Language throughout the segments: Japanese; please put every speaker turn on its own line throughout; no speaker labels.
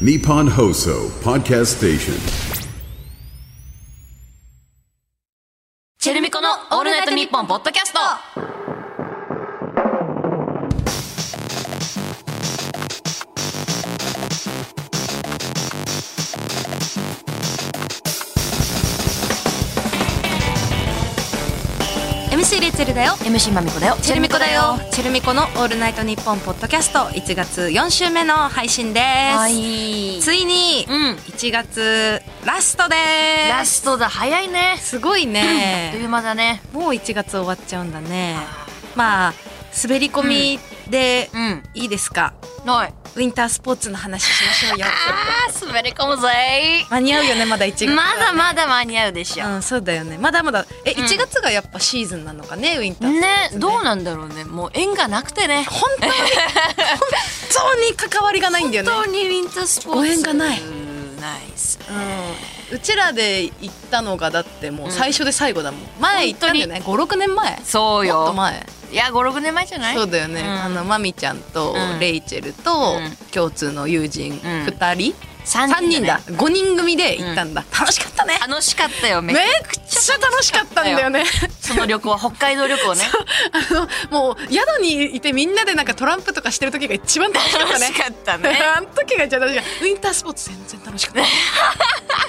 Nippon Hoso Podcast Station.
チェルミコのオールナイトニッポンポッドキャスト
ミ MC レイチェルだよ
MC まみこだよチェルミコだよ
チェルミコの「オールナイトニッポン」ポッドキャスト1月4週目の配信です、
はい
ついに
うん
1月ラストで
ラ
す
ストだ早いね
すごい
あっという
ね
間だね
もう1月終わっちゃうんだねまあ滑り込みで
うん
いいですか、
はい
ウィンタースポーツの話しましょうよ
あー滑り込むぜ
間に合うよねまだ1月
まだまだ間に合うでしょ
うん、そうだよねまだまだえ、1月がやっぱシーズンなのかねウィンタースポーツ
ねどうなんだろうねもう縁がなくてね
本当に本当に関わりがないんだよね
本当にウィンタースポーツ
ご縁がない
ないっすね
うんうちらで行ったのがだってもう最初で最後だもん、前行ったんだよね56年前
そうよ
もっと前
いや56年前じゃない
そうだよね、
うん
あのマミちゃんと
うん
レイチェルと
うん
共通の友人2人、
三
3
人
人
だ
だ
ね
5人組で行ったんだ、楽しかったね
楽しかったよめ
めっちゃ楽しかったんだよね
その旅行は北海道旅行ね
あの もう宿にいてみんなでなんかトランプとかしてる時が一番楽しかった
楽
ね
しかったね
あの時が一番楽しかったウィンタースポーツ全然楽し かった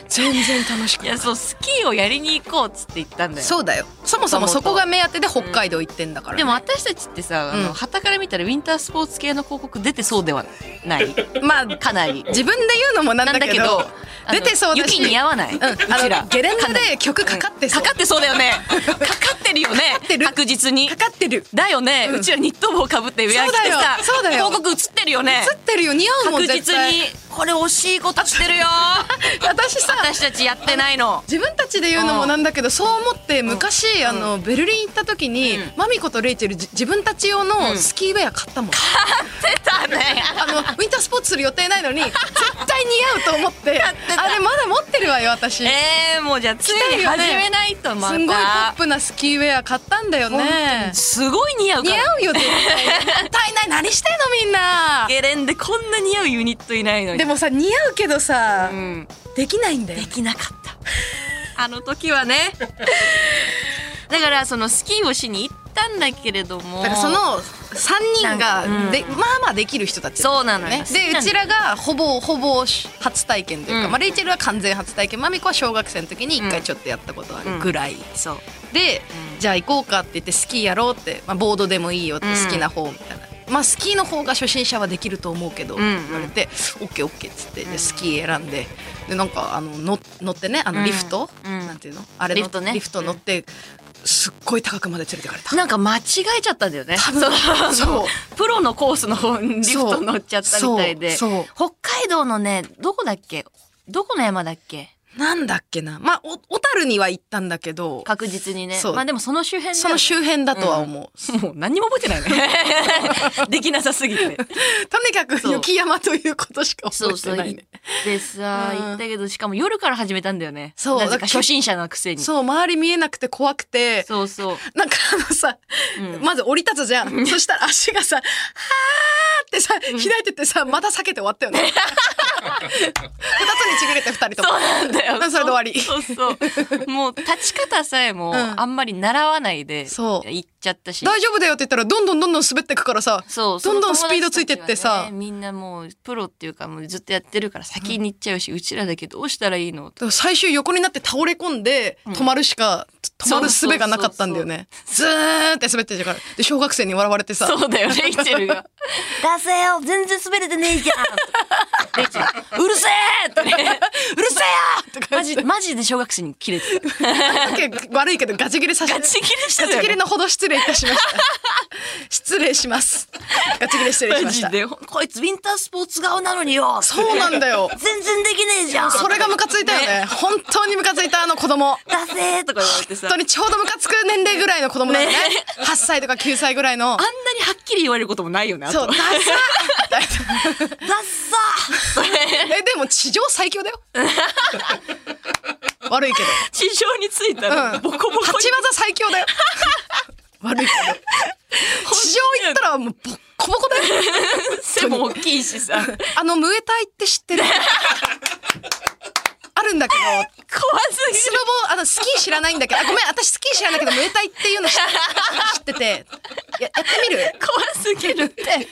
全然楽しか
い
った
やそうスキーをやりに行こうっつって言ったんだよ
そうだよそもそもそこが目当てで北海道行ってんだから、
でも私たちってさ、あ
う
の
ん
旗から見たらウィンタースポーツ系の広告出てそうではない
まあ
かなり
自分で言うのもなんだ
な
けど
んだあの
出てそうだし
雪に合わない、う
うん
ち
あ
ら
のゲレン
か
デ
なり
で曲かかってそう、
かかってそうだよねかかってるよね
てる
確実に
かかってる映
だよね、うちらニット帽かぶってウェア着てさ
そうだよそうだよ
広告映ってるよね
ってるよ似合うもん
確
絶
実
対
にこれ惜しいことして るよ
私さ
私たちやってないの
自分たちで言うのもなんだけどそう思って昔、あのベルリン行った時に、
うん
マミコとレイチェルじ自分たち用のスキーウェア買ったもん、
出たね
あのウィンタースポーツする予定ないのに絶対似合うと 思ってあれまだ持ってるわよ 私、
えー、もうじゃあついに始めないとまた
すんごいポップなスキーウェア買ったんだよね
すごい似合うか
似
ら
合うよ絶対もったいない何してんのみんな
ゲレンデこんな似合うユニットいないのに
でもさ似合うけどさ、
うん、
できないんだよ
できなかったあの時はね だからそのスキーをしに行ったんだけれども
だからその3人
なんか
がで、
う
まあまあできる人たち
そうなのよ
ね
そうなの
で
よ
うちらがほぼほぼ初体験というか、
うん
まあ、レイチェルは完全初体験マミコは小学生の時に1
う
回
ん
ちょっとやったことあるぐらい、
そう
で、
うん
じゃあ行こうかって言ってスキーやろうって、まあ、ボードでもいいよって
うん
好きな方みたいな、まあスキーの方が初心者はできると思うけど、
うんうん
言われてオッケーオッケーっつって、でスキー選んででなんかあのの乗ってねあ
う
の
ん
リフト、
うん
なんていうのあれの
リフトね
リフト乗って、すっごい高くまで連れてかれた。
なんか間違えちゃったんだよね
多分
そう
そう
プロのコースの方にリフ
そ
ト
う
乗っちゃったみたいで
そうそう
北海道のねどこだっけどこの山だっけ
なんだっけなまあお小樽には行ったんだけど
確実にね
そう
まあでもその周辺だよね
その周辺だとは思う、
もう何にも覚えてない ねできなさすぎて
とにかく
そう
雪山ということしか
そう
覚え
そ
て
う
ない
行っ
ね
てさ
うん
行ったけどしかも夜から始めたんだよね
そう
なぜ
だか
から初心者のくせに
そう周り見えなくて怖くて
そうそう
なんかあのさ、
うん
まず降り立つじゃん。そしたら足がさ、はーってさ、開いてってさ、また避けて終わったよね。二つにちぎれて二人とも。
そうなんだよ
まあそれで終わり
そうそうそうもう立ち方さえも
ん
あんまり習わないで
そう
行っちゃったし
大丈夫だよって言ったら、どんどんどんどん滑ってくからさ、
そう
どんどん
そ
ス
の
ピ
友
ード
達
ついてって
たちはね、
さ
みんなもうプロっていうかもうずっとやってるから先に行っちゃうしうちらだけどうしたらいいの
だから最終横になって倒れ込んで、止まるしか、止まる術がなかったんだよね。ずーって滑ってるから。で、小学生に笑われてさ、
そうだよ、 レイチェルが。出せよ全然滑れてねえじゃ んレイチ ェル、うるせえ ってね。うるせえよマジ、マジで小学生に切れてた。
悪いけどガチ切れさせて。
ガチ切れした
ガ
よね
チ切れのほど失礼いたしました。失礼します。ガチ切れ失礼
マ
しまし
ジ
た。
で。こいつウィンタースポーツ顔なのによ
そうなんだよ。
全然できねえじゃん
それがムカついたよね。本当にムカついたあの子供。
出せとか言われてさ。
本当
あんな
にちょうどムカつく年齢ぐらいの子供だよね
ね。
8歳とか9歳ぐらいの。
にはっきり言われることもないよね、あと
そう、ダサーみたい
ダッ サー
なえ、でも地上最強だ よ。悪いけど。
地上に着いた
う
ら、
ん。
ボコボコに。
立ち技最強だ よ。悪いけど。地上行ったらもうボッコボコだよ。
背も大きいしさ。
あの、ムエタイって知 ってるあるんだけど、
怖すぎ
スノボ、あの、スキー知らないんだけど、あごめん、私スキー知らないけど、ムエタイっていうの知っ知ってて、や、やってみる
怖すぎるって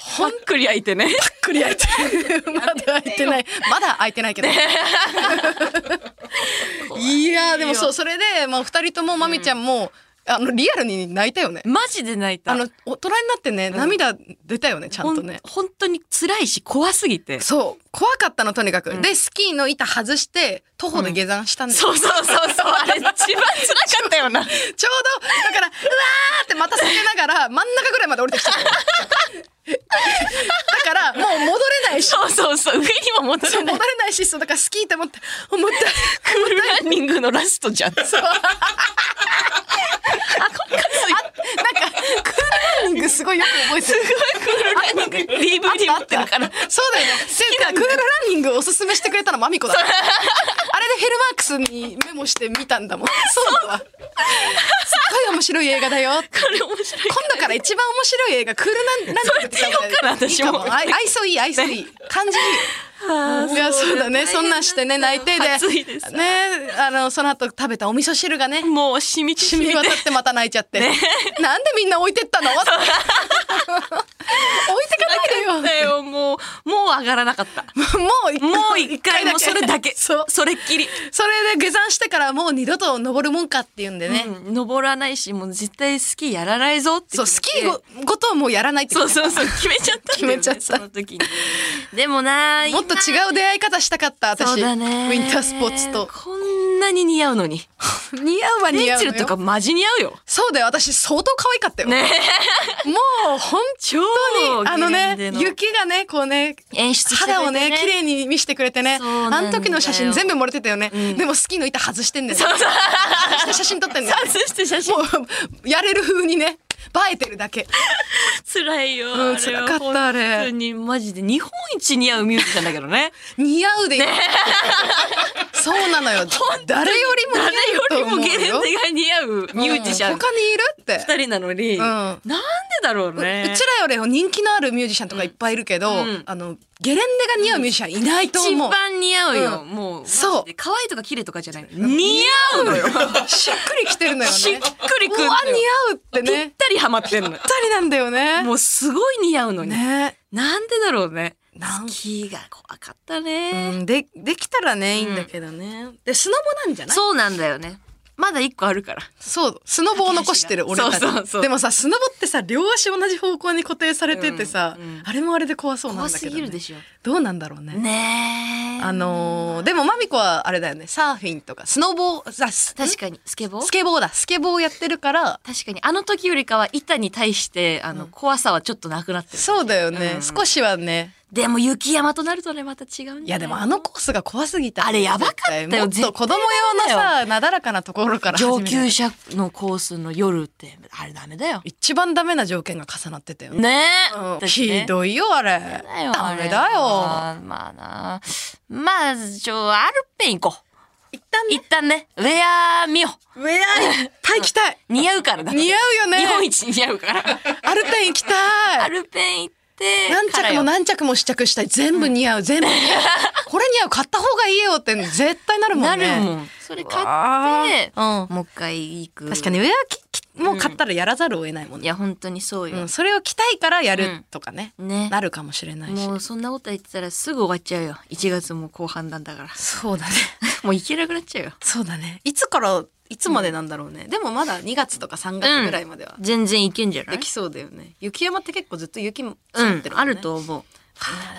ほんくり焼いてね
クリアって。 まだ開いてない。まだ開いて ないけど。いやー、でもそう、それで、まあ、二人とも、まみちゃんも、あの、リアルに泣いたよね。
マジで泣いた
あの、大人になってね、涙出たよね、ちゃんとね。
ほん本当に辛いし怖すぎて
そう、怖かったの、とにかく。で、スキーの板外して、徒歩で下山したんですよ
そうそうそうそうあれ一番辛かったよ な
ちょうど、だから、うわーってまた避けながら、真ん中ぐらいまで降りてき たの。だから、もう戻れないし、
そうそうそう上にも戻
そう
れな
戻
い
れないし、そう、だからスキーって思って、思って、
クールランニングのラストじゃんそう
ランニングすごいよく覚えてる。
クールランニング DVD 持ってるから
そうだよね。てかクールランニングをおすすめしてくれたのマミコだ。あれでヘルマークスにメモして見たんだもん。そうだわ。すっごい面白い映画だよ。
これ面白い
今度から一番面白い映画クールランランニング
それって言おうかな
って言った
私
ら
も
いいかも。あ愛想いい愛想いい感じいい。いやそうだねそんなんしてね泣いてで
暑いです
ねあのその後食べたお味噌汁がね
もうしみちし
染
み
み
て
渡ってまた泣いちゃって、なんでみんな置いてったの置いてかないでよ
だよもうもう上がらなかった
もう一回
もう一回もうそれだけ
そう
それっきり
それで下山してからもう二度と登るもんかっていうんでね、
うん、登らないしもう絶対スキーやらないぞって
そう
決
ス
め
キ
て
ーごごとはもうやらないって
そうそうそう決めちゃったんだよ、ね、
決めちゃった
その時にでもな
もっと
う
違う出会い方したかった私
そうだね
ウィンタースポーツと
こんなに似合うのに
似合うは
レ
似合
イ
う
チ
の
ェ
よ
ルとかマジ似合うよ
そうだよ私相当可愛かったよ、
ね
もう本
超
当にあの
ゲレ
ね
ンデ
雪がねこうね
演出してくれてね
肌をね綺麗に見せてくれてね
そうな
あ
んだよ
の時の写真全部漏れてたよね、でもスキーの板外してんだよ
そうそう
外して写真撮ってんだよ
外して写真
もうやれる風にね映えてるだけ
辛いよ、
うん
あれは
辛かったあれ
本当にマジで日本一似合うミュージシャンだけどね
似合うでいい、 そうなのよ誰よりも似合
誰よ
うと
り
思
も
う
ゲ
よ
レンデが似合うミュージシャ
う
ン
ん他にいるって
二人なのに、
ん
なんでだろうね
うちらより人気のあるミュージシャンとかいっぱいいるけど、
ん
あのゲレンデが似合うミュージシャンいないと
一
思う
番似合うよ、
うん
もう
そう
マジで可愛いとか綺麗とかじゃない似合うのよ
しっくりきてるのよね
しっくりくるの
う
よ
わ似合うって
ぴっ
ねぴった
りハマってんのよ
たりなんだよね
もうすごい似合うのに、
ね
なんでだろうね
なん
スキーが怖かった
う
ね、
んでできたらねいいんだけどね、でスノボなんじゃない
そうなんだよねまだ一個あるから
そうスノボを残してる俺たち
そうそうそう
でもさスノボってさ両足同じ方向に固定されててさ、
うんうん
あれもあれで怖そうなん
怖
だ
す
けど、
ぎ
ね
る、でしょ
どうなんだろうね
ねえ
あのーでもマミコはあれだよねサーフィンとかスノボーあす
確かにスケボー
スケボーだスケボーやってるから
確かにあの時よりかは板に対してあの、怖さはちょっとなくなってる
そうだよね、
うん
少しはね
でも雪山となるとねまた違うん
い
じゃな
やで
い
もあのコースが怖すぎた
あれやばかったよ
絶対もっと子供用の
絶対ダメ
さなだらかなところから始め
上
ない
級者のコースの夜ってあれダメだよ。
一番ダメな条件が重なってたよね、
ね
うん
え。
ひどいよあれ
だよ。
ダメだよ
あれはまあな。まあ、ちょ、アルペン行こう。
一旦
一旦ね、ウェア見よ
ウェアいっぱい着たい
う。似合うからだ。
似合うよね
日本一似合うから。
アルペン行きた
ア
い
ルペン行って、
何着も
い。
何着も試着したい全部似合う 全部似合うこれ似合う買った方がいいよって絶対なるもんね
なるもん。それ買って、
うん
もう一回行く。
確かに。ウェアききもう買ったらやらざるを得ないもん
い
ね、
や、本当にそう
うん
よ。
それを着たいからやるとかね,、
うんね
なるかもしれないし
もうそんなこと言ってたらすぐ終わっちゃうよ。1月も後半なんだ から。
そうだね
もう行けなくなっちゃうよ。
そうだねいつからいつまでなんだろうね、でもまだ2月とか3月ぐらいまでは
全然行けんじゃない
できそうだよね雪山って結構ずっと雪も
う
積もっ
ん
てる、も
あ
んね
ると思う。
は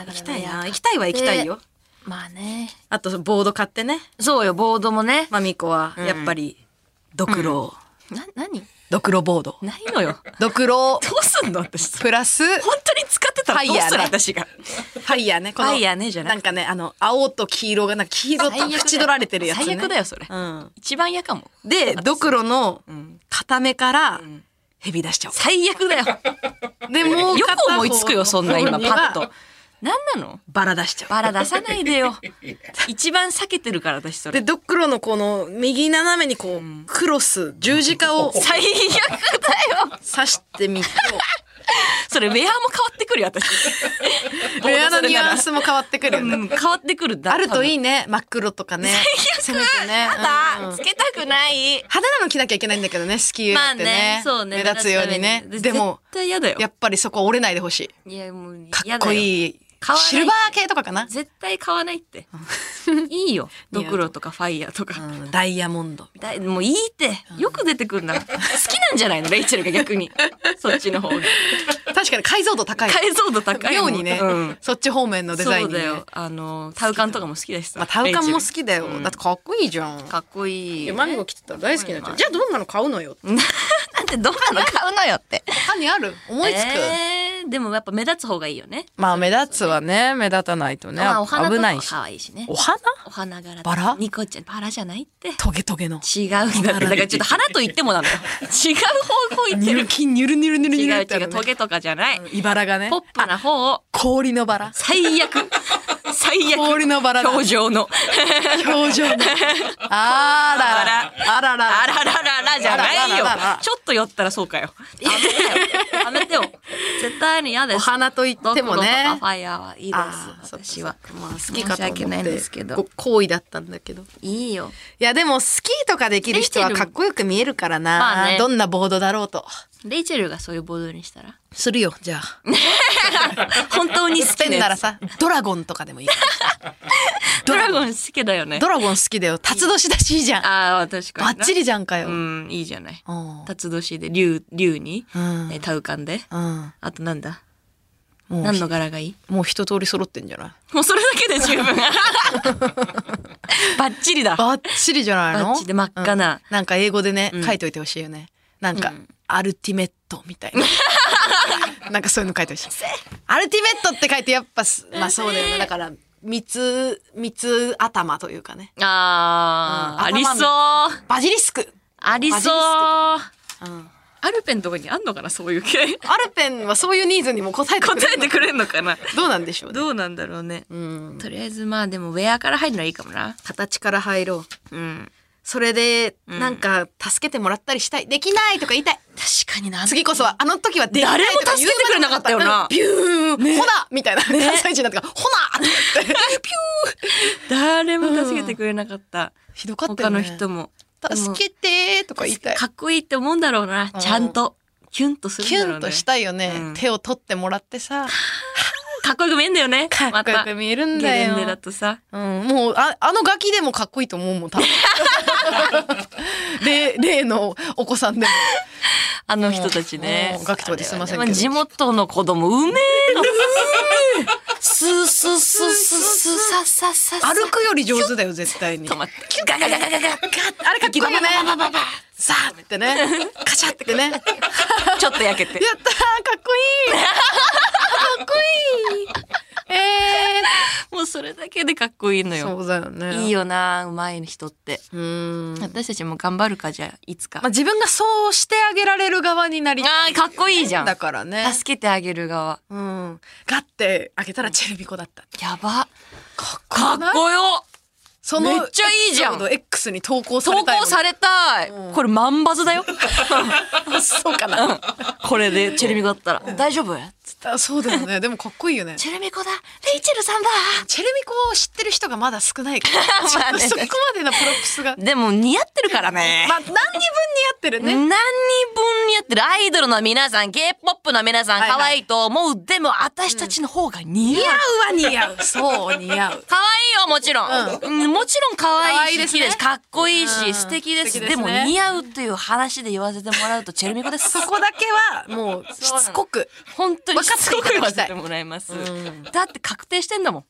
あ行きたいな行きたいは行きたいよ
まあね。
あとボード買ってね
そうよ、ボードもね。
マミコはやっぱりドクロを、
な、何
ドクロボード
ないの よ。
ドクロ
どうすんの私。
プラス
本当に使ってたらどう
ファイヤー
する
ね
私が。
ファイヤーね。この
ファイヤーねじゃない
んかね、あの、青と黄色が、なんか黄色と
最悪だよ
縁取られてるやつね。
最悪だよそれ
うん。
一番嫌かも。
で、ドクロの片目から、ヘビ出しちゃお
最悪だよ。
う。で、もう
よ
片
く
方
思いつくよ、そんな今、
に
パ
は
ッと。。なんなの
バラ出しちゃ。
バラ出さないでよ。一番避けてるから私そう
で、
れ。
ドクロのこの、右斜めに こう、クロス、十字架を
最悪だよ。
刺してみよう。
それウェアも変わってくるよ私
ウェアのニュアンスも変わってくる よ
う
ね
ん変わってくる
あるとい
い
いね真っ黒とか ねせめてねうん
つけたくない
派手なの着なきゃいけないんだけどねスキーウェアってね,、目立つようにねでも
絶対嫌だよ
やっぱりそこは折れないでほしい
いやもう
か
嫌
っ
だ
こ
よ
いい
買わない
シルバー系とかかな、
絶対買わない っていいよドクロとかファイヤーとか、
うんダイヤモンド
だいもういいってよく出てくるな好きなんじゃないのレイチェルが逆にそっちの方が
確かに解像度高い
解像度高いも
妙
ん
にね、
うん
そっち方面のデザイン
そう
に、ね
だ、よあのタウカンとかも好きだしさ、
まあタウカンも
レ
好
イチ
きだよ、だってかっこいいじゃん
ェルかっこいいよ
いや
ね
マミゴ着てたら大好きになっちゃうじゃあどんなの買うのよって
なんでどんなの買うのよって
歯にある思いつく、
えーでもやっぱ目立つ方がいいよね
まあ目立つはね目立たないとね
まあお花と
危
か
な
も
いし
可愛いしね
お花
お花柄
バラ
ニコちゃんバラじゃないって
トゲトゲの
違うんだってだからちょっと花と言ってもなのよ違う方 向行ってる
キニュルニュルニュルニ
違
ュ
う違
ルってある
うト
ね
ゲとかじゃない、
茨がね
ポップな方を
氷のバラ
最悪最悪
氷のバラだ
表情の
表 情のあららあらら
あららららじゃないよ
あらららら
ちょっと寄ったらそうかよやめてよ絶対に嫌です
お花と言っても
ドクロとか
ね
ファイヤーはいい
あー
です私は
まあ好きかと思って
申し訳ないんですけど
こ好意だったんだけど
いいよ
いやでもスキーとかできる人はかっこよく見えるからな、
まあね
どんなボードだろうと
レイチェルがそういうボードにしたら
するよじゃあ
本当に好
ペ
きな
ンな
や
ら
つ
さドラゴンとかでもいいから
ドラゴン好きだよね
ドラゴン好きだよ辰年だしいいじゃん
ああ確か
バ
に
ッチリじゃんか
ゃ
よ、
うんいいじゃない
うん
辰年で竜竜に、
ん
えタウカンで、
うん
あとなんだ
もう
何の柄がいい
もう一通り揃ってんじゃない
もうそれだけで十分バッチリだ
バッチリじゃないの
バッチリ真っ赤な
うんなんか英語でね、書いといてほしいよねなんか、アルティメットみたい ななんかそういうの書いてほしいアルティメットって書いてやっぱすまあそうだよねだから三つ三つ頭というかね
あー、
うん
ありそう
バジリスク
ありそう
バ
アルペンとかにあんのかなそういう 系
アルペンはそういうニーズにも応えてく
答
れ
えてくれんのかな
どうなんでしょうね
どうなんだろうね、
うん
とりあえずまあでもウェアから入るのはいいかもな
形から入ろう
うん
それでなんか助けてもらったりしたい、できないとか言いたい
確かにな
次こそはあの時はできないとか
誰も助けてくれなかったよな
言うまでもなかったうんビューン、ほなみたいな、関西人なんかほなとか言ってピュー
誰も助けてくれなかった、
ひどかった
他
よ
の
ね
人も
助けてーとか言いたい
かっこいいって思うんだろうなちゃんとキュンとするん
キ
だろう
ュ
ね
ンとしたいよね、
うん
手を取ってもらってさ
かっこよく見えんだよね
かっこよ
また
く見えるん
ゲ
だ
レ
よ、
ンデだとさ
うん、もうああのガキでもかっこいいと思うもん多分例例のお子さんでも
あの人たちね
うんガキとかですいませんけど
あれはね地元の子供うめえのスースースースースーささささ
歩くより上手だよ絶対に
止まってガガガガガガガ
あれかっこいいよねさあってねカシャってねやったーか
ちょっと焼けて
っこいいかっこいいえ
もうそれだけでかっこいいの
ー、そ
よ
うだよね
いいよなうまい人って
うーん、ま
私たちも頑張るかじゃあいつか
あ、自分がそうしてあげられる側になりた
あ
い
ーかっこいいじゃん
だからね
助けてあげる側
うんガッて開けたらチェルビコだった
やば
こ
か
いい
っこよ
そ
めっちゃいいじゃん
エピソード X に投稿さ
投
れたいも
稿
ん
されたい、これ万バズだよ
そうかな
これでチェルミコだったら、大丈夫
あそうだよねでもかっこいいよね
チェルミコだレイチェルさんだ
チェルミコを知ってる人がまだ少ないから、
まあね
そこまでのプロップスが
でも似合ってるからね
まあ何人分に合ってるね
何人分似合ってるアイドルの皆さん K-POP の皆さん
はいはい
可愛いと思うでも私たちの方が似合う
似合うは似合うそう似合う
可愛いよもちろん、うんもちろん可愛い
可愛い
し
です
綺麗
ね
ですかっこいいし、
うん
素敵です
素敵で
で
すね
も似合うという話で言わせてもらうとチェルミコです
そこだけはもうしつこく
本当に
分かって
すご
い
く
た
言わ
だき
せ
たい
てもらいます、だって確定してんだもん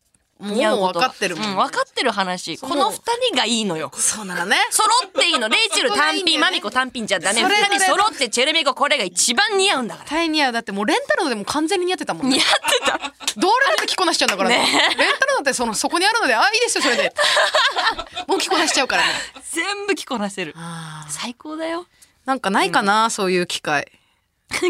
もう
似合ことが
分かってるもん
う分かってる話この二人がいいのよ
そうなのね
揃っていいのレイチェル
そこが
単
いいんだ
品
よね
マミコ単品じゃダメ
それぞれ
二人揃ってチェルミコこれが一番似合うんだから
絶対似合うだってもうレンタルのでも完全に似合ってたもんね
似合ってた
どうだって着こなしちゃうんだからねレンタルのってそのそこにあるのであいいですよそれでもう着こなしちゃうからね
全部着こなせる最高だよ
なんかないかな、そういう機会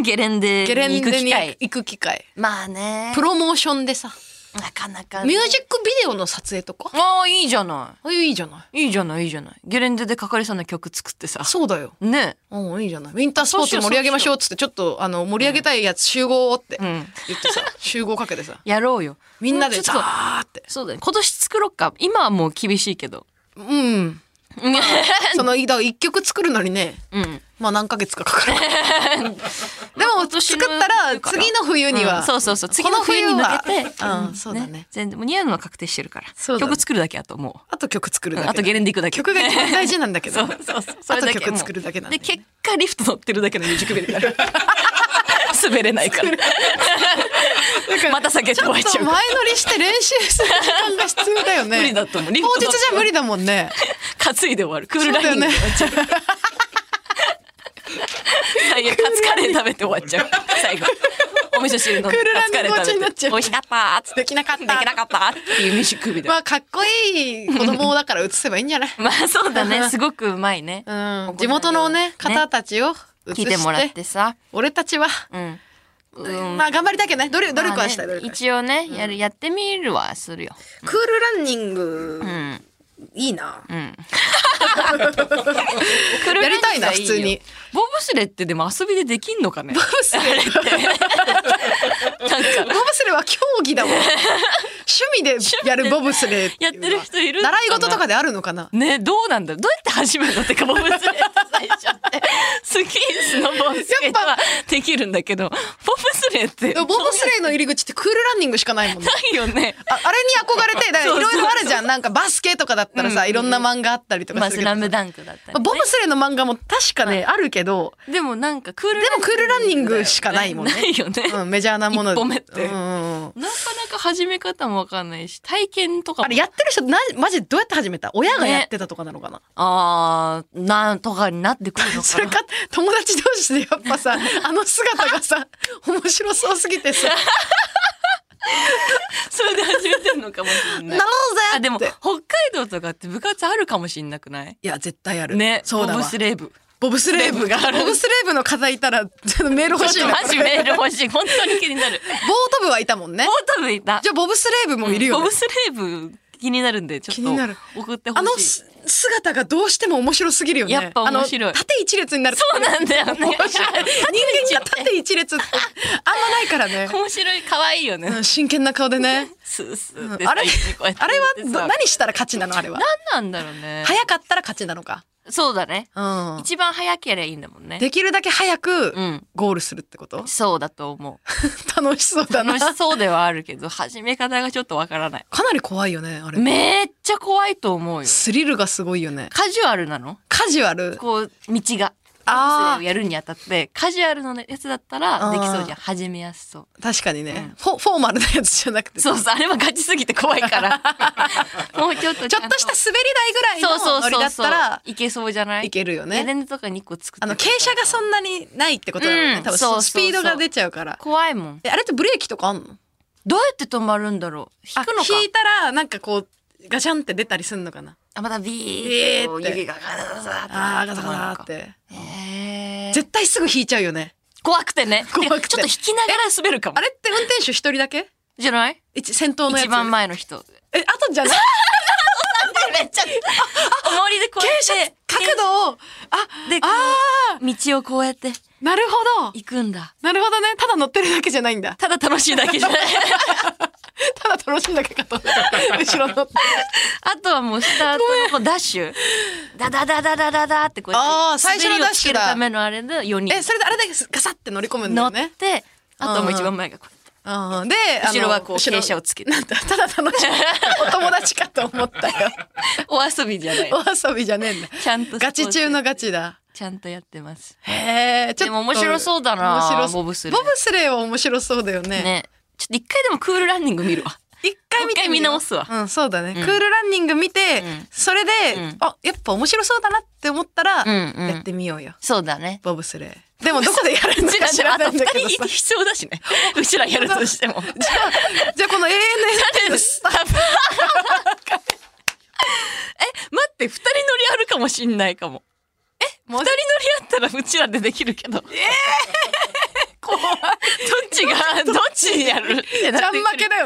ゲレンデ
ゲレ
に
ン
行く
デ
機
に
会
行く機会
まあね
プロモーションでさ
なかなかね
ミュージックビデオの撮影とか
ああいいじゃな
ああいういいじゃない
いいいじゃないいいじゃないゲレンデでかかりそうな曲作ってさ
そうだよ
ね
うんいいじゃないウィンタースポーツ盛り上げましょうっつってちょっとあの盛り上げたいやつ集合って
う
言っ
ん
てさ集合かけてさ
やろうよ
みんなで
ち
ザ
ょっと
ーって
そうだね今年作ろっか今はもう厳しいけど
うん そのだから一曲作るのにね
うん
まあ何ヶ月か かかるでも
年
作っ
の
たら次の冬には、
うんそうそうそう次の冬に向けて
この冬は うんそうだね
全然もう似合うのは確定してるから
そうだね
曲作るだけあとも
あと曲作る
う
だ
う
け
んあとゲレンデ行くだけ
曲が一番大事なんだけど
そうそう そうそれ
あ
だ
と
け
曲作るだけなんだ
で
よね
結果リフト乗ってるだけのミュージックビデオになる 滑れないからまた下げて
ち
終
ょ
わ
っ
っち
と
ゃう
前乗りして練習する時間が必要だ よね
無理だと思うリフ
当
ト
日じゃ無理だもんね
担いで終わるクー
そ
ル
う
ラ
だ
イ
よ
ンで
ね
終わっちゃう最悪カツカレー食べて終わっちゃう最後お味噌汁飲んで
クール
カ
ラ
ツ
ン
カ
の
レー
気持ちになっ
食べて
ちゃう
美味しかったーっつって
できなかった
できなかったっていうミュージックビデオ
まあかっこいい子供だから映せばいいんじゃない、
まあそうだねすごくうまいね、
うん、地元のね方たちを映して
聞いてもらってさ
俺たちは、
うん、
まあ頑張りたいけどね努力努力はしたい、
まあね
努力はしたい
一応ねやるやってみるはするよ
クールランニング、
ん
いいな、
車椅子はい
やりたいな
よ
普通に
ボブスレってでも遊びでできんのかねボブスレってなんか
ボブスレーは競技だもん趣味でやるボブスレー
やってる人いるのかな
習い事とかであるのかな
ねどうなんだどうやって始めるのってかボブスレって最初ってスキースノボースケートはできるんだけどボブスレって
でもボブスレーの入り口ってクールランニングしかないもんね
ないよね
ああれに憧 れてだからい
そうそうそう
ろいろあるじゃんなんかバスケとかだったらさ、いろんな漫画あったりと
ま
か
あ
す
ス
るけど
ラムダンクだったり、
まあ
ね、
ボブスレーの漫画も確かね、あるけど
でもなんかクール
でもクールランニングしかないもんね
ないよね、
うん、メジャーなもの
一歩目って
うんうんうん
なかなか始め方もわかんないし体験とかも
あれやってる人なマジどうやって始めた親がやってたとかなのかな、
あーなんとかになってくるの
そ
か
れ
な
か友達同士でやっぱさあの姿がさ 面白そうすぎてさ「
それで始めてんのかもしれ な
ないろうぜ!」
あでも
って
北海道とかって部活あるかもしんなくない
いや絶対ある
ね
そうだ
ボ
わ
ブスレーブ
ボブスレーブ がボブスレーブの方いたらちょっとメール欲しい
ちょっ
な
とマジメール欲しい本当に気になる
ボート部はいたもんね
ボート部いた
じゃあボブスレーブもいるよ、ね
ボブスレーブ気になるんでち
気
ょ
にな
っ
る
と送って
あの
ほしい
す姿がどうしても面白すぎるよね
やっぱ面白い
あの縦一列になると
そうなんだよね
面白い人間が縦 一列ってあんまないからね、
面白い可愛いよね、
うん、真剣な顔でね
スースーって
あれ
こうやって
あれは
やって
ど
さ
何したら勝ちなのあれは
何なんだろうね
早かったら勝ちなのか、
そうだね
うん、
一番早ければいいんだもんね
できるだけ早く
うん
ゴールするってこと、
そうだと思う
楽しそうだな
楽しそうではあるけど始め方がちょっとわからない
かなり怖いよねあれ
めっちゃ怖いと思うよ
スリルがすごいよね
カジュアルなの
カジュアル
こう道が
あー
あをやるにあたってカジュアルのやつだったら
あ
で
ー
きそうじゃん始めやすそう
確かにね、フォフォーマルなやつじゃなくてちょ
そうそうあれはガチすぎて怖い からもうちょっとちゃん
っとした滑り台ぐらい
そ
の
う
ノ
そう
リ
そ
だ
う
っ
そう
たら
いけそうじゃない
いけるよ
ゲレ
ね
ンデとか2個作って
あの傾斜がそ
ん
んなにないってことだよね、
うん
多分
そう
そ
そうそう
うスピードが出ちゃうから
怖いもん
えあれってブレーキとかあんの
どうやって止まるんだろう引くの
あ
か
引いたらなんかこうガシャンって出たりすんのかな
あまたビーっ
ビー
て
って
こう指がガサガサガサって
あーガサガサって
えー
絶対すぐ引いちゃうよね
怖くてね
怖くて
ちょっと引きながら滑るかも
あれって運転手一人だけ
じゃない
一先頭のやつ
一番前の 人
えあとじ ゃない
めっちゃ 重りでこうやって
角度をあ
でこ
あ
う道をこうやって
ーなるほど
行くんだ
なるほどねただ乗ってるだけじゃないんだ
ただ楽しいだけじゃない
ただ楽しいだけかと思った後ろ乗って
あとはもうスタートのこうダッシュダダダダダダダってこうや
あ
っ
ー
て
最初のダッシュ
滑
だ
りをつけるためのあれで4人
えそれであれだけガサって乗り込むんだ
乗
よ
っ
ね
てあとはもう一番前がこうやって
うんであの
後ろはこう
後
傾
ろ
斜をつけて
なんだただ楽 しいお友達かと思ったよ
お遊びじゃない
お遊びじゃねえんだ
ちゃんと
ガチ中のガチだ
ちゃんとやってます
へえちょっと
でも面白そうだな
面白そ
ボ
う
ブスレー
ボブスレーは面白そうだよね
ねちょっと一回でもクールランニング見る わ
一回見てみよう
もう一回見直すわ
うんそうだね、クールランニング見て、それで、
ん
あやっぱ面白そうだなって思ったら、
んうん
やってみようよ
そうだね
ボブスレーでもどこでやる
う
の
ちら
か知ら
あと
ないん
二
だけど
人
さ
必要だしね うちらやるとしても
じゃあじゃあこの ANS
スタッフえ待って二人乗りあるかもしんないかもえ二人乗りあったらうちらでできるけどええ怖いっちがどっちにやる
ちゃん負けだよ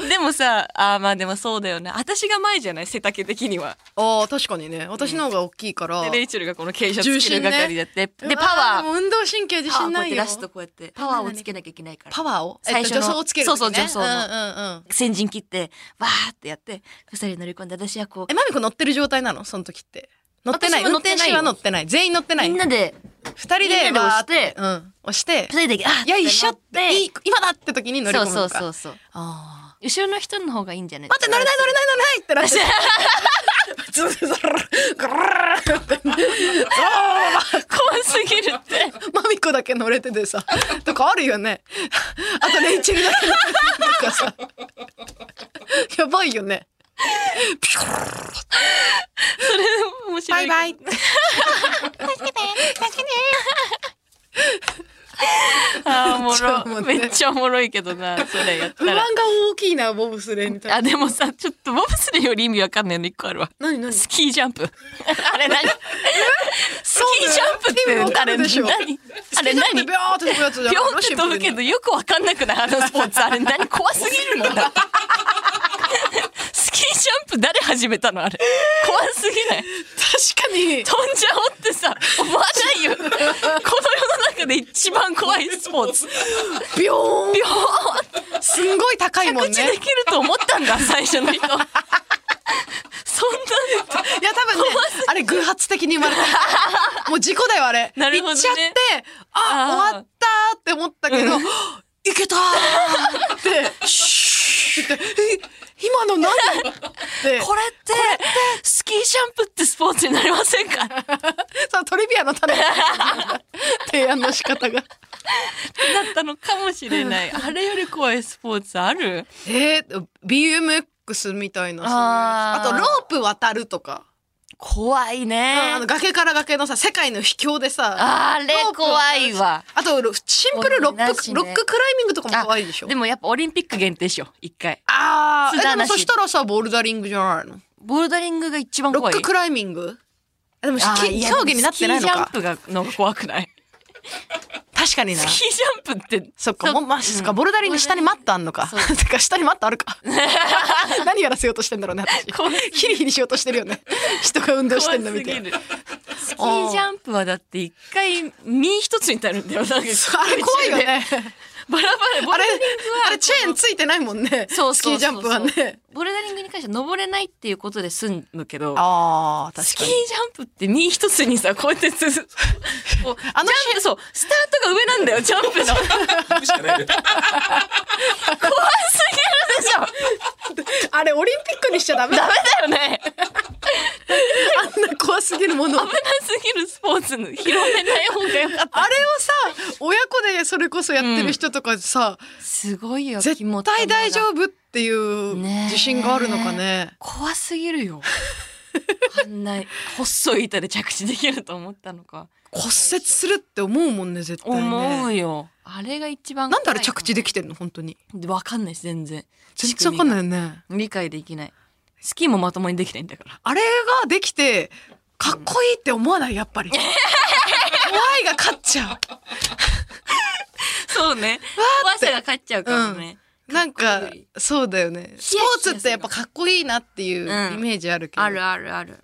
ね。
でもさあーまあでもそうだよね私が前じゃない背丈的には
ああ、確かにね。私の方が大きいから。
でレイチェルがこの傾斜
重
つけ
心
る
ね
係だって、
うわ
でパワー
もう運動神経自
パワーこうや
信な
っ
い
て
よ
出。すとこうやってパワーをつけなきゃいけないから
パワーを
最初の
えっと助走をつける、ね。
そうそう助走の
うんうんうん。
先陣切ってわーってやって鎖に乗り込んで私はこう
え、マミコ乗ってる状態なのその時って。乗ってない。
私は乗
運
ってないよ
転手は乗ってない。全員乗ってない。
みんなで
二人で
みんなで押して
わーっうん、押して。
二人であ
よいしょっ
乗
て、いい今だって時に乗り
そ
込
う
むのか。
そうそうそう
ああ。
後ろの人の方がいいんじゃない
待って、乗れない乗れない乗れないってなって。ずずずるぐるるって
怖すぎるって
マミコだけ乗れててさ、とかあるよね。あとレイチェルだけ乗れててとかさ。やばいよね。
面白
バ
い
イ
けど
バイ。
あーお
超お
も
も
ろ
ろい
めっちゃおもろいけどなそれやった
不満が
ら
大きいな、ボブスレーみたいな。
あでもさちょっとボブスレーより意味わかんないの一個あるわ
何何
スキージャンプあれ何スキージャンプ
意味わ
って
か
あれ
るでしょ
何あれ何
ビョーって飛ぶやつじゃん。
ピョンって飛ぶけどよくわかんなくないあのスポーツ あれ何怖すぎるもんだってスキージャンプ誰始めたのあれ怖すぎない
確かに。
飛んじゃおうってさ思わないよこの世の中で一番怖いスポーツ
ビョーン。
ピョン
すんごい高いもん
着地
ね。
できると思ったんだ最初の人そんなの
いや多分ね、 あれ偶発的に生まれた。もう事故だよあれ。
なるほどね
行っちゃって、あ
あー
終わったーって思ったけ ど、いけたーって、 シューって、え今の何っ て、
これってスキージャンプってスポーツになりませんかだ
そのトリビアの種の 提案の仕方が。
ったのかもしれないあれより怖いスポーツある
えー、BMX みたいなそういうや
あ
つ
ー
あとロープ渡るとか。
怖いね
あの崖から崖のさ世界の秘境でさ
あれ
ロープを
怖いわ
あとシンプルロッ
な
ク、
しね
ロッククライミングとかも怖いでしょ
でもやっぱオリンピック限定しよう一回
ああ、
津
え
田
でも
なし
そしたらさ、ボルダリングじゃないの
ボルダリングが一番
ロ
怖
ッ
い
ククライミングあでも、
あー
き
いや
競技になってないのか
ス。キージャンプがの怖くない
確かにな
ス。キージャンプって
そっか、もう、まあ、そっか、ボルダリング下にマットあんのか。
そう
てか、下にマットあ るか。何やらせようとしてんだろうね、私。ヒリヒリしようとしてる よね。人が運動してんの
怖
見
すぎ
て。
るスキージャンプはだって一回身一つになるんだよなんか
そうあれ怖いよね。
バラバラボ
あ
ル
れ
ダリングは、
あれチェーンついてないもんね。
そう
ス
そ
キ
うそう
ージャンプはね。
ボルダリングに関しては登れないっていうことで済むけど
ああ、
スキ
確か
ー
に
ジ。ャンプって身一つにさこうやってつづこう
あの
ジャンプそうスタートが上なんだよジャンプの怖すぎるでしょ
あれ、オリンピックにしちゃダメ
ダ
だ。
メだよね
あんな怖すぎるものを
危な。すぎるスポーツの広めない方がよかった
あれをさ親子でそれこそやってる人とかさ、
すごいよ
絶対大丈夫っていう
ねえ
自信があるのかね
怖すぎるよあんな細い板で着地できると思ったのか
骨折するって思うもんね絶対ね
思うよあれが一番
なんであ
怖い
れ着地できてんの本当に
わかんないです全然
全然わかんない
い
よね
理解できないスキーもまともにできないんだから
あれができてかっこいいって思わないやっ ぱり怖いが勝っちゃ
そうね怖さが勝っちゃうかもね、
うなんかそうだよねス
ヒヤヒヤす
ポ
る
ーツってやっぱかっこいいなっていう
うん
イメージあるけど、
あるあるある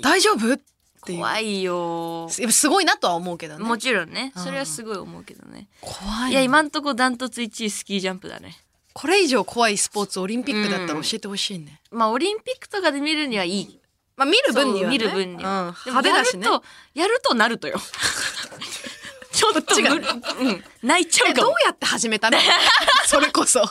大丈夫っていう
怖いよ
やっぱすごいなとは思うけどね
もちろんねそれはすごい思うけどね
怖い
い
な
や今んとこダントツ1位スキージャンプだね
これ以上怖いスポーツオリンピックだったら教えてほしいね。
まあオリンピックとかで見るにはいい
まあ見る分に
そう
は
見
ね。
る分には、
うん
でも
派手だしね
や。るとやるとなる とよちょっと無理うん、泣いちゃう
え
か
どう
も
やって始め たの？それこそ。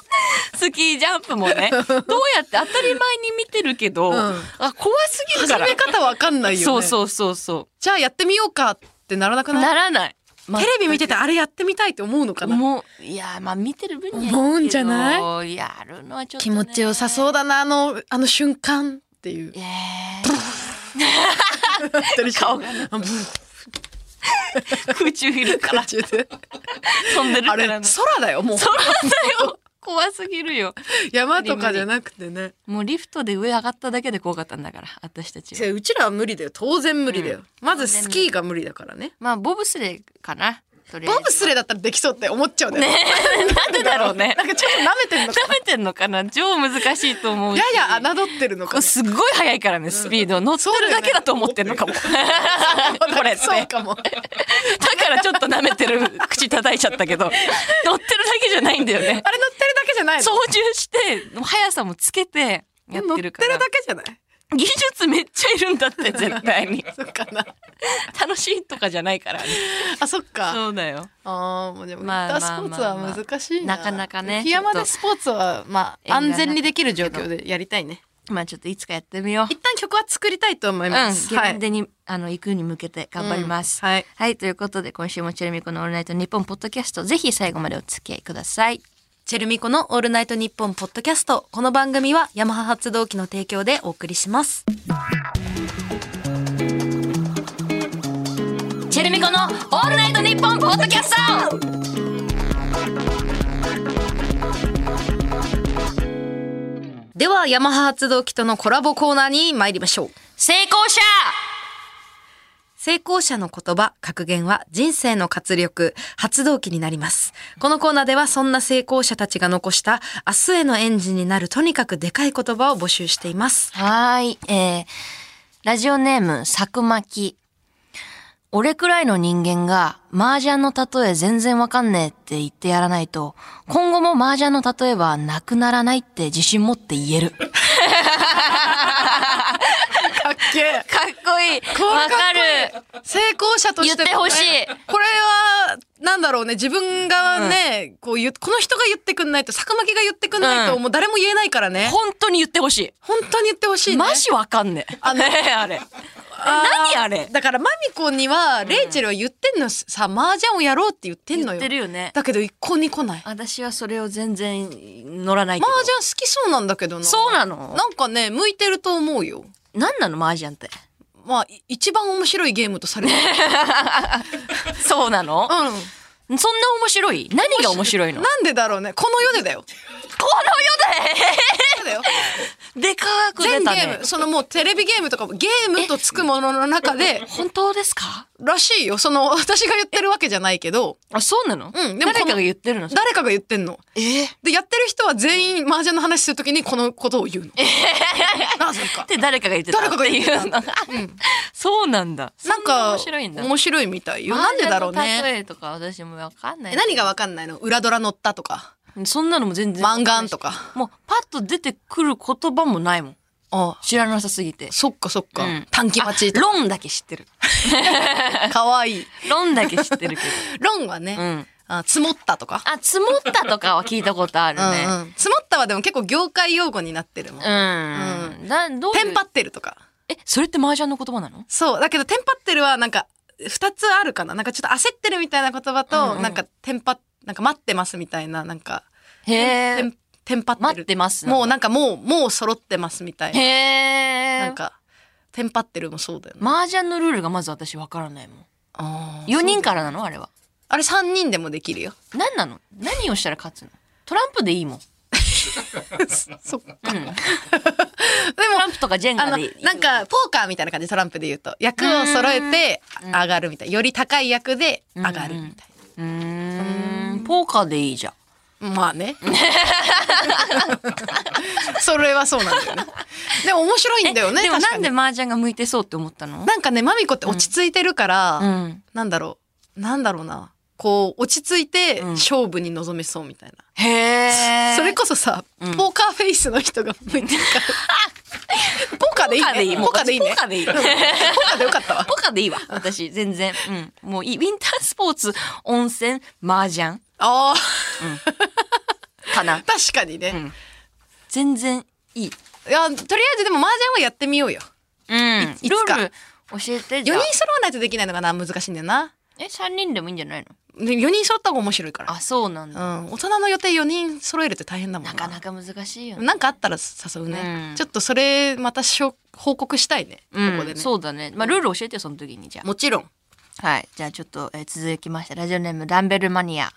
スキージャンプも ねどうやって当たり前に見てるけど、
ん
あ怖すぎる
始
から
め方わかんないよね。
そうそうそうそ
じゃあやってみようかってならなく
う
ない？
ならない
テレビ見ててあれやってみたいって思うのかな。
もういやまあ見てる分にはいいけど
思うんじゃない
やるのはちょっと、ね、
気持ちよさそうだなあのあの瞬間っていう
え。ー
顔がね。
空中いるから
感じ で。
飛んでる
あ
か
れ
ら
空
ね
だよもう。
怖すぎるよ
山とかじゃなくてね。
もうリフトで上上がっただけで怖かったんだから私たちは
じゃあうちらは無理だよ当然無理だよ。まずスキーが無理だからね。
まあボブスレーかなとりあえ
ボ
ず
ブスレーだったらできそうって思っちゃうね
ねなんでだろうね
なんかちょっと舐め てるのか
食べてんのかな超難しいと思うし
やや侮ってるのか
こう
な
すっごい速いからねスピード乗ってるだけだと思ってんのかもこれって
そう かも
だからちょっと舐めてる口叩いちゃったけ ど乗ってるだけじゃないんだよね
あれ乗ってるだけじゃないの
操縦して速さもつけてやってるから
乗ってるだけじゃない
技術めっちゃいるんだって絶対に
そっか な
楽しいとかじゃないからね
あそっか
そうだよ
あーもうでもウィン
まあ
タースポーツは難しいな、
まあまあなかなかね
雪山
ちょ
で
っと
スポーツはまあ安全にできる状況でやりたいね
まあちょっといつかやってみよう
一旦曲は作りたいと思い
うん
ます、
ゲレンデに、あの行くに向けて頑張ります、
うんはい
ということで今週もチェルミコのオールナイトニッポンポッドキャストぜひ最後までお付き合いください
チェルミコのオールナイトニッポンポッドキャスト。この番組はヤマハ発動機の提供でお送りします。
チェルミコのオールナイトニッポンポッドキャスト
では、ヤマハ発動機とのコラボコーナーに参りましょう。
成功者
成功者の言葉、格言は人生の活力、発動機になります。このコーナーではそんな成功者たちが残した明日へのエンジンになるとにかくでかい言葉を募集しています。
はーい、えー、ラジオネーム、さくまき。俺くらいの人間が、麻雀の例え全然わかんねえって言ってやらないと、今後も麻雀の例えはなくならないって自信持って言える。かっ
かっけえ
こいいわかる
成功者としても
言ってほしい
これはなんだろうね自分がね、こう言うこの人が言ってくんないと坂巻が言ってくんないと、
うん
もう誰も言えないからね
本当に言ってほし
本当に言ってほしい
い。
ね
マジわかん ねえ。あれ、あれ。何あれ
だからマミコにはレイチェルは言ってんのさ麻雀をやろうって言ってんのよ
よね
だけど一向に来ない麻
私はそれを全然乗らないけど。
雀好きそうなんだけどな
そうなの
なんかね向いてると思うよ
なんなの麻雀って。
まあい一番面白いゲーム とされてる、
そうなの
うん、
そんな面白い何が面白いのこ
なんでだろうねこの世でだよ
の世
そう だよ
ででかく出
全ゲ
た
ー
ね
ム、。そのもうテレビゲームとかもゲームとつくものの中で
本当ですから
しいよその私が言ってるわけじゃないけど
あ、そうなの
うんでもこ
誰か
の
が言ってるの
誰かが言ってんの
え
でやってる人は全員麻雀の話するときにこのことを言うの なぜか
って誰かが言ってた
誰かが言ってた
っていうのが そうなんだ。
なんか
そんな面白いんだ。
面白いみたいよなんでだろう
麻雀の
ね
例えとか私もわかんない。
え何がわかんないの裏ドラ乗ったとか
そんなのも全然。
漫画とか
もうパッと出てくる言葉もないもん。
あ
知らなさすぎて。
そっかそっか、
うん
短期待ちとか
論だけ知ってる。
かわ いい
論だけ知ってるけ
論はね、
ど。 うん。
あ積もったとか、
あ、積もったとかは聞いたことある
うん
ね。
うん積もったはでも結構業界用語になってるもん、
うん。だどうい
テ
う
ンパってるとか
え、それって麻雀の言葉なの
そうだけどテンパってるはなんか2つあるかななんかちょっと焦ってるみたいな言葉と、なんかテンパなんか待ってますみたいななんか
へえ
テン。テンパってる
待ってます
もうなんかもうもう揃ってますみたい
へ
な
え。
なんかテンパってるもそうだよね
麻雀のルールがまず私わからないもん。
あ
4人からなのあれは。
あれ3人でもできるよ
何なの何をしたら勝つのトランプでいいもん。
そっか、 でも
トランプとかジェン
あ
ガ
の
でいい。
なんかポーカーみたいな感じトランプで言うと役を揃えて上がるみたいより高い役で上がるみたいう
ーん、ポーカーでいいじゃん。
な、まあね それはそうなんだよねでも面白いんだよね
でも
確
な
か
ん
に
で麻雀が向いてそうって思ったの
なんかねマミコって落ち着いてるから、
うん。
なんだろうなんだろうなこう落ち着いて勝負に臨めそうみたいな、
へえ。
それこそさ、ポーカーフェイスの人が 向いてるから。ポーカーでいいね。
ポーカーでいいもう
ポーカーでいいね。
ポーカーでいい
ポーカーでよかったわ
ポ。カでいいわ。私、全然。うん。もういい。ウィンタースポーツ、温泉、麻雀
ああ、
かな。
確かにね。
全然いい。
いや、とりあえずでも麻雀はやってみようよ。
うん。
い
い
つ
ろい
か
ろ教えて
4
じゃあ。
人揃わないとできないのかな難しいんだよな。
え、3人でもいいんじゃないの
4人揃った方が面白いか
あ、そうなんだ。
ら。うん。大人の予定4人揃えるって大変だもんな。
なかなか難しいよね。
なんかあったら誘うね。
うん
ちょっとそれまたしょ報告したいね。ここで
うん、
ね。
そうだね。まあ、ルール教えてよ、その時に。じゃあ。
もちろん。
はい。じゃあちょっと、えー続きまして、ラジオネーム、ダンベルマニア。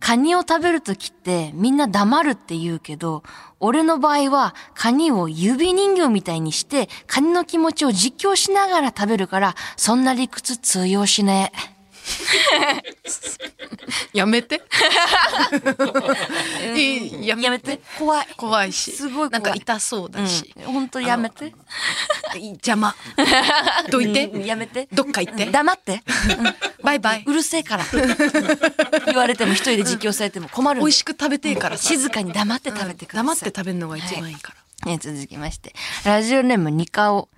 カニを食べるときって、みんな黙るって言うけど、俺の場合は、カニを指人形みたいにして、カニの気持ちを実況しながら食べるから、そんな理屈通用しねえ。
や めて。いや
やめて。怖い。
怖いし。
すごい怖い
なんか痛そうだし。
本当やめて。
い邪魔。どいて。
やめて。
どっか行って。
黙 って。
バイバイ
う。るせえから。 言われても一人で実況されても困る。
美味しく食べてえからさ。
静かに黙って食べてください。
黙って食べるのが一番いいから。
えー続きまして。ラジオネームニカオ。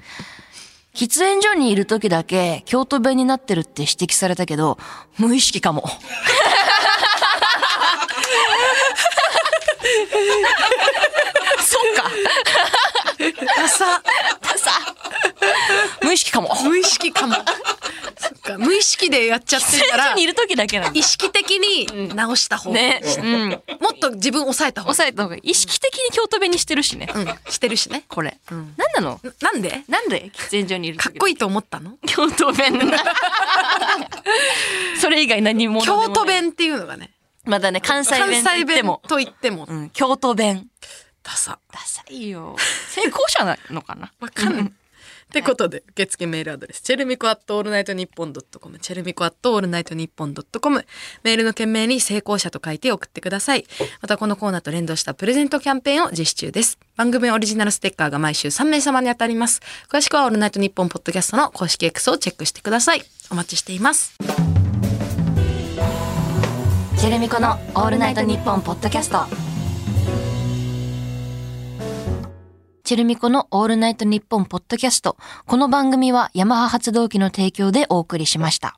喫煙所にいる時だけ京都弁になってるって指摘されたけど、無意識か も。
ダサ
無意識かも。
無意識かも。そっか無意識でやっちゃってる
喫煙所
から
にい。る時だけなんだ。
意識的に直した方が、
ね。うん。
もっと自分抑えた方が、
抑えた方がいい意識的に京都弁にしてるしね。
うん、してるしね。
これ。なんなの
ななんで
なんで喫煙所にいる
かっこ
いい。
いいと思ったの
京都弁な。 それ以外何も。
京都。弁っていうのがね
まだね、関西弁
関
と言
西
って
弁
も。
と言っても
うん、京都弁。
ダサ
ダサいよ。成功者なのかな
わかんない。ってことで、受付メールアドレス、チェルミコアットオールナイトニッポンドットコム、チェルミコアットオールナイトニッポンドットコム、メールの件名に成功者と書いて送ってください。またこのコーナーと連動したプレゼントキャンペーンを実施中です。番組オリジナルステッカーが毎週3名様に当たります。詳しくはオールナイトニッポンポッドキャストの公式 X をチェックしてください。お待ちしています。
ジェレミコのオールナイトニッポンポッドキャスト。チェルミコのオールナイトニッポンポッドキャスト。この番組はヤマハ発動機の提供でお送りしました。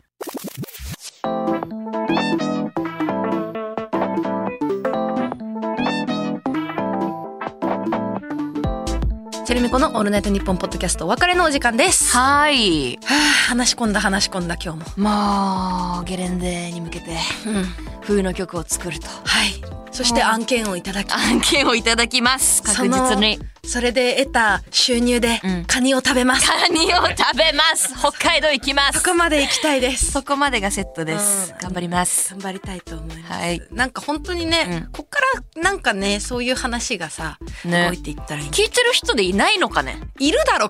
チェルミコのオールナイトニッポンポッドキャストお別れのお時間です。は
はい。
あ、話し込んだ話し込んだ今日も。
まあ、ゲレンデに向けて、
うん。
冬の曲を作ると。
はい。そして案件をいただき、
案件をいただきます。確実に。
そのそれで得た収入で
うん
カニを食べます、
カニを食べ ます。北海道行きます。
そこまで行きたいです
そこまでがセットです
うん。
頑張ります。
頑張りたいと思います、
はい
なんか本当にね、
うん
こっからなんかねそういう話がさ、
ね
動いていったらいい
聞いてる人でいないのかね
いるだろ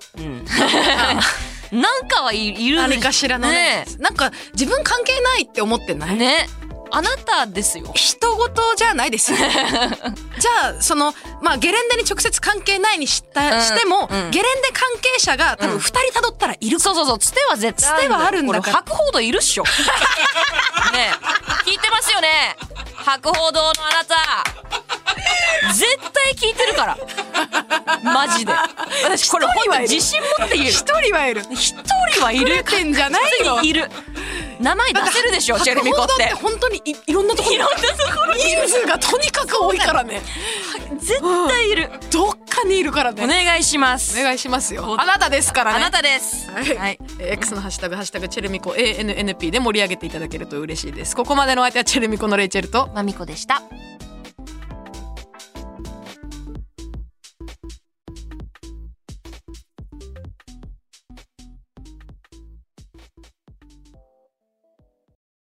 なんかはいいる
何かしらのねなんか自分関係ないって思ってない、
ねねあなたですよ
人事じゃな いですよじゃあそのまあゲレンデに直接関係ないにした、
うん
しても、
うん
ゲレンデ関係者が多分二人辿ったらいる、
そうそうそうつては絶対
つてはあるんだから
これ白報堂いるっ しょねえ聞いてますよね白報堂のあなた絶対聞いてる からマジで私これ本当に自信持って言える
一人はいる
一人はいる
てんじゃない
確
よ
実にいる名前出せるでしょチェルミコっ
白
て
鵬堂って本当にいいろんなところいろんなところ人数がとにかく多いからね
絶対いる
どっかにいるからね
お願いします
お願いしますよあなたですからね
あなたです
はい、えー X のハッシュタグ、ハッシュタグチェルミコ ANNP で盛り上げていただけると嬉しいです。ここまでのお相手はチェルミコのレイチェルと
まみこでした